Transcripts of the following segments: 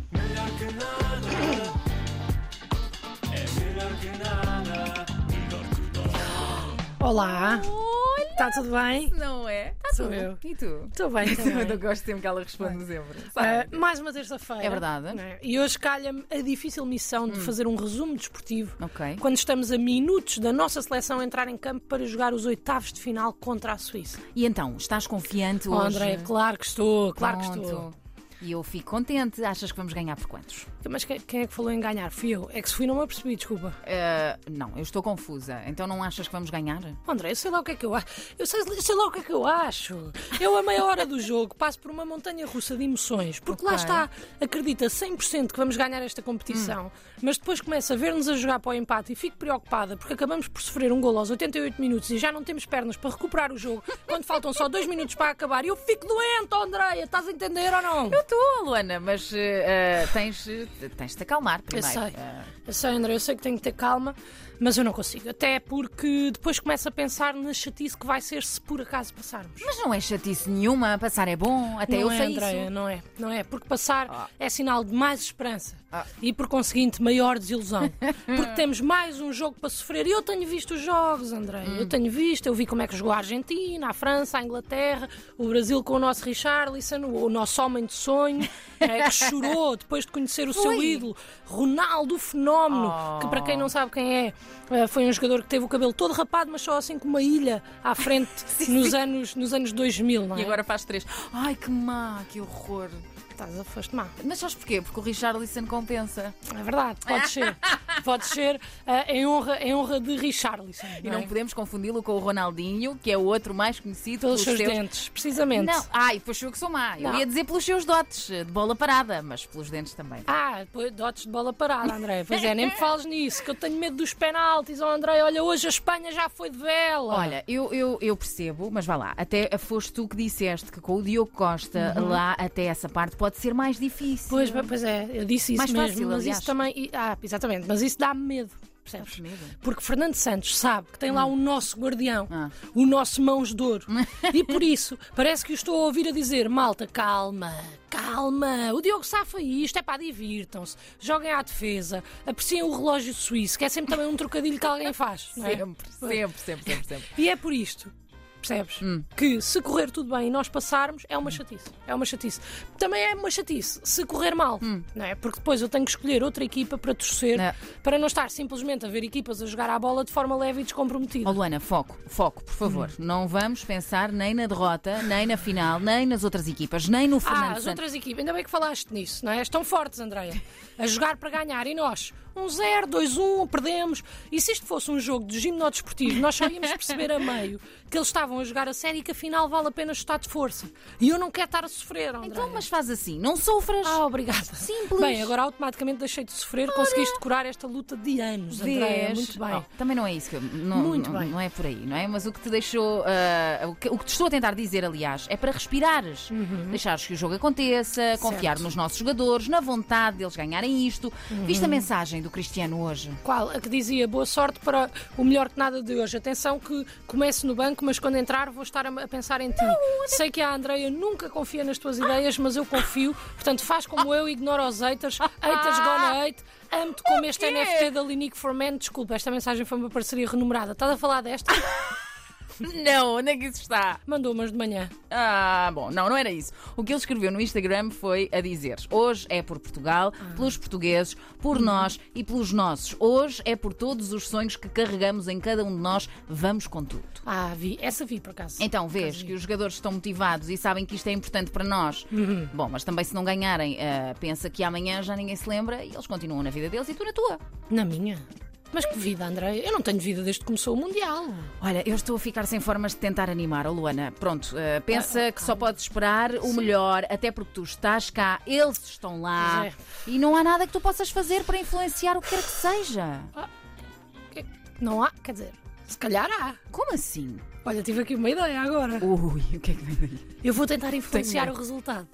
que nada. É melhor que nada. Olá, Olha! está tudo bem? Não é? Tá Sou tudo. eu. E tu? Estou bem Eu não também. gosto sempre que ela responde sempre. Ah, Sabe? mais uma terça-feira. É verdade. Hum. né? E hoje calha-me a difícil missão de fazer um resumo desportivo Ok. quando estamos a minutos da nossa seleção entrar em campo para jogar os oitavos de final contra a Suíça. E então, estás confiante Oh, hoje? André, claro que estou, claro que Pronto. estou. E eu fico contente. Achas que vamos ganhar por quantos? Mas que- quem é que falou em ganhar? Fui eu. É que se fui, não me apercebi, desculpa. Eh, não, eu estou confusa. Então não achas que vamos ganhar? André, eu sei lá o que é que eu acho. Eu sei, eu sei lá o que é que eu acho. Eu, a meia hora do jogo, passo por uma montanha russa de emoções. Porque lá Ok. está, acredita 100% que vamos ganhar esta competição. Hum. Mas depois começo a ver-nos a jogar para o empate e fico preocupada porque acabamos por sofrer um golo aos 88 minutos e já não temos pernas para recuperar o jogo quando faltam só dois minutos para acabar. E eu fico doente, Andréia. Estás a entender ou não? Eu estou, Luana, mas eh, eh, tens, eh, tens de te acalmar Eu primeiro. sei, Eh, eu sei, André, eu sei que tenho que ter calma, mas eu não consigo. Até porque depois começo a pensar na chatice que vai ser se por acaso passarmos. mas não é chatice nenhuma. Passar é bom. Até não eu é, sei Andréia, isso. não é, não é, porque passar Ah. é sinal de mais esperança Ah. e por conseguinte maior desilusão, porque temos mais um jogo para sofrer. E eu tenho visto os jogos, André, Hum. eu tenho visto, eu vi como é que jogou a Argentina, a França, a Inglaterra, o Brasil com o nosso Richarlison, o o nosso homem de sonho, é, que chorou depois de conhecer o seu Foi. Oh. ídolo, Ronaldo o Fenómeno, que para quem não sabe quem é, eh, foi um jogador que teve o cabelo todo rapado, mas só assim com uma ilha à frente nos anos nos anos 2000, não é? E agora faz três. Ai, que má, que horror. Estás a foste má. Mas sabes porquê? Porque o Richarlison compensa. É verdade, pode ser. pode ser ah, em, honra, em honra de Richarlison. E não não é? podemos confundi-lo com o Ronaldinho, que é o outro mais conhecido Pelos seus pelos, seus... dentes, precisamente. Não, ai, pois sou eu que sou má. Não. Eu ia dizer pelos seus dotes eh, de bola parada, mas pelos dentes também. Ah, pois, dotes de bola parada, André. Pois é, nem me fales nisso, que eu tenho medo dos penaltis. Oh, André, olha, hoje a Espanha já foi de vela. Olha, eu, eu, eu percebo, mas vá lá, até foste tu que disseste que com o Diogo Costa lá até essa parte pode ser mais difícil. Uhum. Pois, pois é, eu disse isso Mais mesmo, fácil, mas aliás. isso também. e- Ah, exatamente, mas isso dá-me medo, percebes? Dá-te medo? Porque Fernando Santos sabe que tem lá o nosso guardião, Hum. Ah. o nosso mãos de ouro. e por isso, parece que o estou a ouvir a dizer: malta, calma, calma, o Diogo safa isto, é pá, divirtam-se, joguem à defesa, apreciem o relógio suíço, que é sempre também um trocadilho que alguém faz. não é? Sempre, sempre, sempre, sempre, sempre. E é por isto, percebes? Que se correr tudo bem e nós passarmos, é uma chatice. É uma chatice. Também é uma chatice se correr mal, não é? Porque depois eu tenho que escolher outra equipa para torcer, Não. para não estar simplesmente a ver equipas a jogar à bola de forma leve e descomprometida. Oh, Luana, foco, foco, por favor. Hum. Não vamos pensar nem na derrota, nem na final, nem nas outras equipas, nem no Ah, Fernando as Santos. outras equipas, ainda bem que falaste nisso, não é? Estão fortes, Andreia, a jogar para ganhar. E nós, 1-0, 2-1, perdemos. E se isto fosse um jogo de gimnodesportivo, nós só íamos perceber a meio que eles estavam a jogar a sério e que afinal vale a pena estar de força. E eu não quero estar a sofrer, Andreia. Então, mas faz assim, não sofras. Ah, obrigada. Simples. Bem, agora automaticamente deixei de sofrer, conseguiste curar esta luta de anos, Andréia. Vês? Muito bem. Oh, também não é isso que eu, não, Muito não, bem. não é por aí, não é? Mas o que te deixou, ah, o, que, o que te estou a tentar dizer, aliás, é para respirares, deixares que o jogo aconteça, confiar nos nossos jogadores, na vontade deles ganharem isto. Viste a mensagem do Cristiano hoje? Qual? A que dizia boa sorte para o melhor que nada de hoje. Atenção que começo no banco, mas quando entrar vou estar a, a pensar em ti. Sei que a Andreia nunca confia nas tuas ideias, mas eu confio. Portanto, faz como eu, ignora os haters. Haters gonna hate. Amo-te como este quê? NFT da Linique for Men. Desculpa, esta mensagem foi uma parceria renumerada. Estás a falar desta? Não, onde é que isso está? Mandou umas de manhã. Ah, bom, não, não era isso. O que ele escreveu no Instagram foi a dizer: hoje é por Portugal, pelos portugueses, por nós e pelos nossos. Hoje é por todos os sonhos que carregamos em cada um de nós. Vamos com tudo. Ah, vi. Essa vi, por acaso. Então vês que os jogadores estão motivados e sabem que isto é importante para nós. Bom, mas também se não ganharem, ah, pensa que amanhã já ninguém se lembra e eles continuam na vida deles e tu na tua. Na minha? Mas que vida, André? Eu não tenho vida desde que começou o Mundial. Olha, eu estou a ficar sem formas de tentar animar, oh Luana. Pronto, ah, pensa que só podes esperar o melhor, até porque tu estás cá, eles estão lá Pois é. e não há nada que tu possas fazer para influenciar o que quer que seja. Que- Não há? Quer dizer, se calhar há. Como assim? Olha, tive aqui uma ideia agora. Ui, o que é que vem daí? Eu vou tentar influenciar o resultado.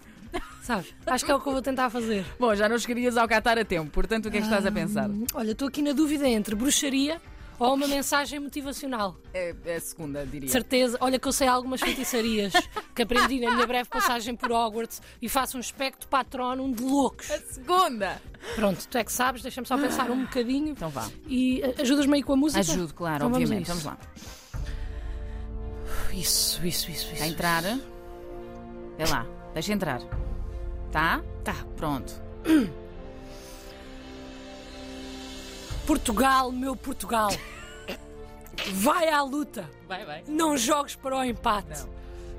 Sabes? Acho que é o que eu vou tentar fazer. Bom, já não chegarias ao Qatar a tempo, portanto o que é que estás a pensar? Olha, estou aqui na dúvida entre bruxaria Ou uma mensagem motivacional. É, é a segunda, diria. De certeza, olha que eu sei algumas feitiçarias que aprendi na minha breve passagem por Hogwarts e faço um espectro patronum de loucos. A segunda! Pronto, tu é que sabes, deixa-me só pensar um bocadinho. Então vá. E eh, ajudas-me aí com a música? Ajudo, claro, Então vamos a obviamente. isso. Vamos, lá. Isso, isso, isso, isso. Está a entrar. Vê lá, deixa entrar. Tá? Tá. Pronto. Portugal, meu Portugal. Vai à luta. Vai, vai. Não jogues para o empate.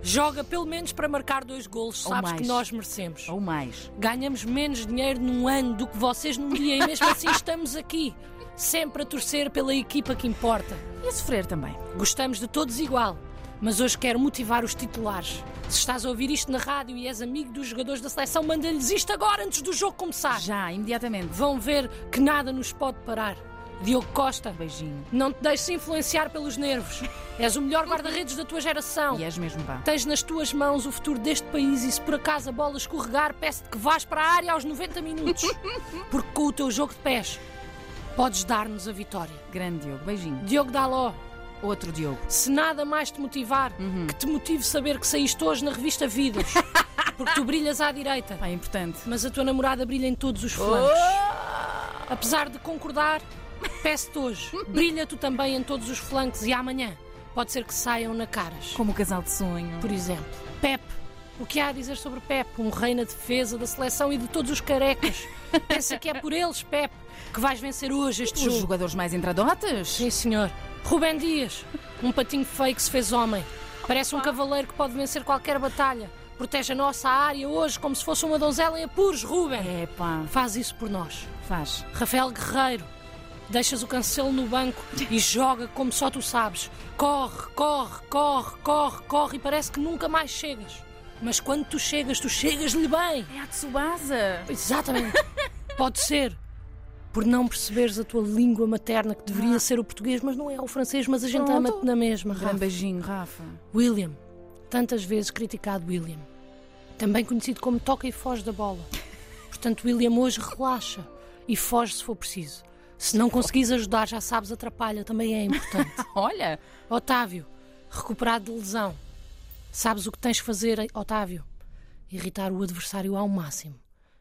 Joga pelo menos para marcar dois golos, Ou sabes que mais. nós merecemos. Ou mais. Ganhamos menos dinheiro num ano do que vocês num dia e mesmo assim estamos aqui, sempre a torcer pela equipa que importa. E a sofrer também. Gostamos de todos igual, mas hoje quero motivar os titulares. Se estás a ouvir isto na rádio e és amigo dos jogadores da seleção, manda-lhes isto agora antes do jogo começar. Já, imediatamente. Vão ver que nada nos pode parar. Diogo Costa, Beijinho. não te deixes influenciar pelos nervos. És o melhor guarda-redes da tua geração. E é- és mesmo pá. Tens nas tuas mãos o futuro deste país e se por acaso a bola escorregar, peço-te que vás para a área aos 90 minutos. Porque com o teu jogo de pés podes dar-nos a vitória. Grande Diogo, beijinho. Diogo Daló, Outro Diogo. se nada mais te motivar, que te motive saber que saíste hoje na revista Vidas. Porque tu brilhas à direita, Pá, É importante. mas a tua namorada brilha em todos os Oh! flancos. Apesar de concordar, peço-te hoje, brilha tu também em todos os flancos e amanhã pode ser que saiam na caras. Como o casal de sonho. Por exemplo, Pep. O que há a dizer sobre Pep? Um rei na defesa da seleção e de todos os carecas. Pensa que é por eles, Pep, que vais vencer hoje este Os jogo. jogadores mais entradotes? Sim, senhor. Rubem Dias, um patinho feio que se fez homem. Parece um cavaleiro que pode vencer qualquer batalha. Protege a nossa área hoje como se fosse uma donzela em apuros, Rubem. É pá, Faz isso por nós. faz. Rafael Guerreiro, deixas o cancelo no banco e joga como só tu sabes. Corre, corre, corre, corre, corre e parece que nunca mais chegas. Mas quando tu chegas, tu chegas-lhe bem. É a Tsubasa. Exatamente. Pode ser. Por não perceberes a tua língua materna, que deveria ser o português, mas não é o francês, mas a gente Pronto. ama-te na mesma. Grande Rafa. beijinho, Rafa. William, tantas vezes criticado William, também conhecido como toca e foge da bola. Portanto, William, hoje relaxa e foge se for preciso. Se não conseguis ajudar, já sabes, atrapalha, também é importante. Olha, Otávio, recuperado de lesão. Sabes o que tens de fazer, hein, Otávio? Irritar o adversário ao máximo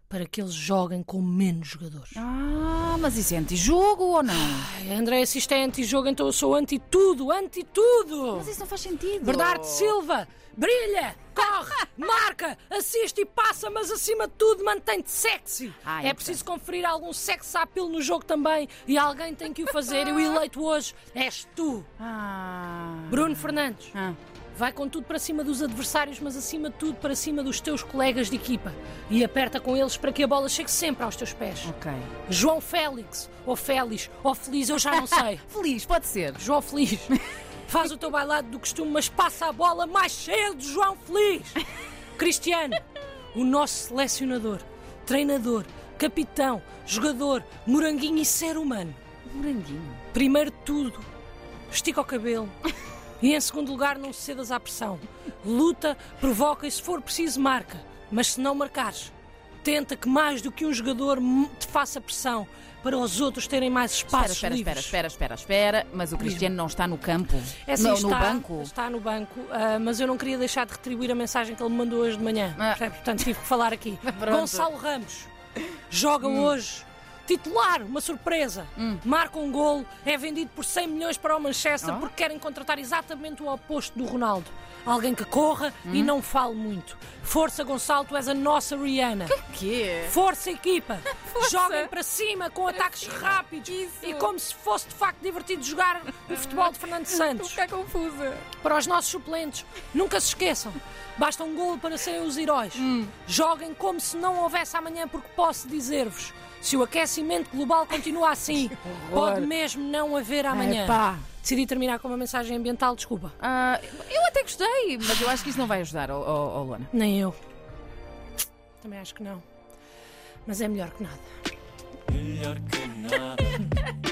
para que eles joguem com menos jogadores. Ah, mas isso é antijogo ou não? Ai, André, se isto é anti-jogo, então eu sou anti-tudo, anti-tudo! Mas isso não faz sentido. Bernardo Silva, brilha, corre, marca, assiste e passa, mas acima de tudo mantém-te sexy. Ah, é é preciso conferir algum sexo apelo no jogo também e alguém tem que o fazer. Eu eleito hoje, és tu. Ah. Bruno Fernandes, Ah. vai com tudo para cima dos adversários, mas acima de tudo para cima dos teus colegas de equipa e aperta com eles para que a bola chegue sempre aos teus pés. Ok. João Félix, ou Félix, ou Feliz, eu já Ah, não sei. Feliz, pode ser. João Feliz. Faz o teu bailado do costume, mas passa a bola mais cedo, João Feliz. Cristiano, o nosso selecionador, treinador, capitão, jogador, moranguinho e ser humano. Moranguinho. Primeiro de tudo, estica o cabelo. E em segundo lugar, não cedas à pressão. Luta, provoca e se for preciso, marca. Mas se não marcares, tenta que mais do que um jogador m- te faça pressão para os outros terem mais Espera, espaço. espera, espera, espera, espera, espera. Mas o Cristiano não está no campo. É assim, não, está, no banco. Está no banco, ah, mas eu não queria deixar de retribuir a mensagem que ele me mandou hoje de manhã. Ah. Percebe? Portanto, tive que falar aqui. Gonçalo Ramos joga Hum. hoje. Titular, uma surpresa. Marca um golo, é vendido por 100 milhões para o Manchester Ah. porque querem contratar exatamente o oposto do Ronaldo. Alguém que corra e Hum. não fale muito. Força, Gonçalo, tu és a nossa Rihanna. Quê? Força, equipa! Joguem para cima com ataques rápidos Isso. e como se fosse de facto divertido jogar o futebol de Fernando Santos. Ficar confusa. Para os nossos suplentes, nunca se esqueçam. Basta um golo para serem os heróis. Joguem como se não houvesse amanhã, porque posso dizer-vos: se o aquecimento global continua assim, pode mesmo não haver Ah, amanhã. Epá. Decidi terminar com uma mensagem ambiental, desculpa. Ah, eu até gostei, mas eu acho que isso não vai ajudar, oh, oh, oh, Luana. Nem eu. Também acho que não. Mas é melhor que nada. Melhor que nada.